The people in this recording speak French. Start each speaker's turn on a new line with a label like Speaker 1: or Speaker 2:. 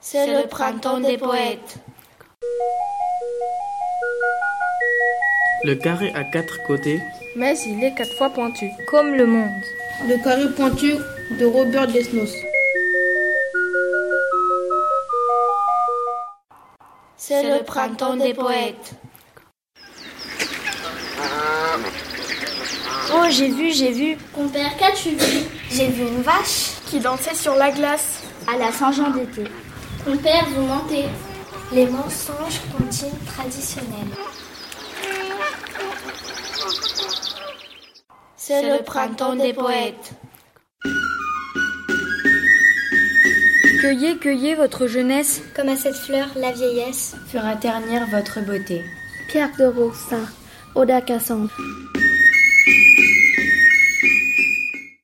Speaker 1: C'est le printemps des poètes.
Speaker 2: Le carré a quatre côtés.
Speaker 3: Mais il est quatre fois pointu.
Speaker 4: Comme le monde.
Speaker 5: Le carré pointu de Robert Desnos.
Speaker 1: C'est le printemps des poètes.
Speaker 4: Oh, j'ai vu, j'ai vu.
Speaker 6: Compère, qu'as-tu vu
Speaker 7: J'ai vu une vache
Speaker 8: qui dansait sur la glace
Speaker 7: à la Saint-Jean d'été.
Speaker 6: Compère, vous mentez.
Speaker 7: Les mensonges continuent traditionnels.
Speaker 1: C'est le printemps des poètes.
Speaker 4: Cueillez, cueillez votre jeunesse,
Speaker 7: comme à cette fleur la vieillesse
Speaker 9: fera ternir votre beauté.
Speaker 10: Pierre de Roussin, Oda Cassandre.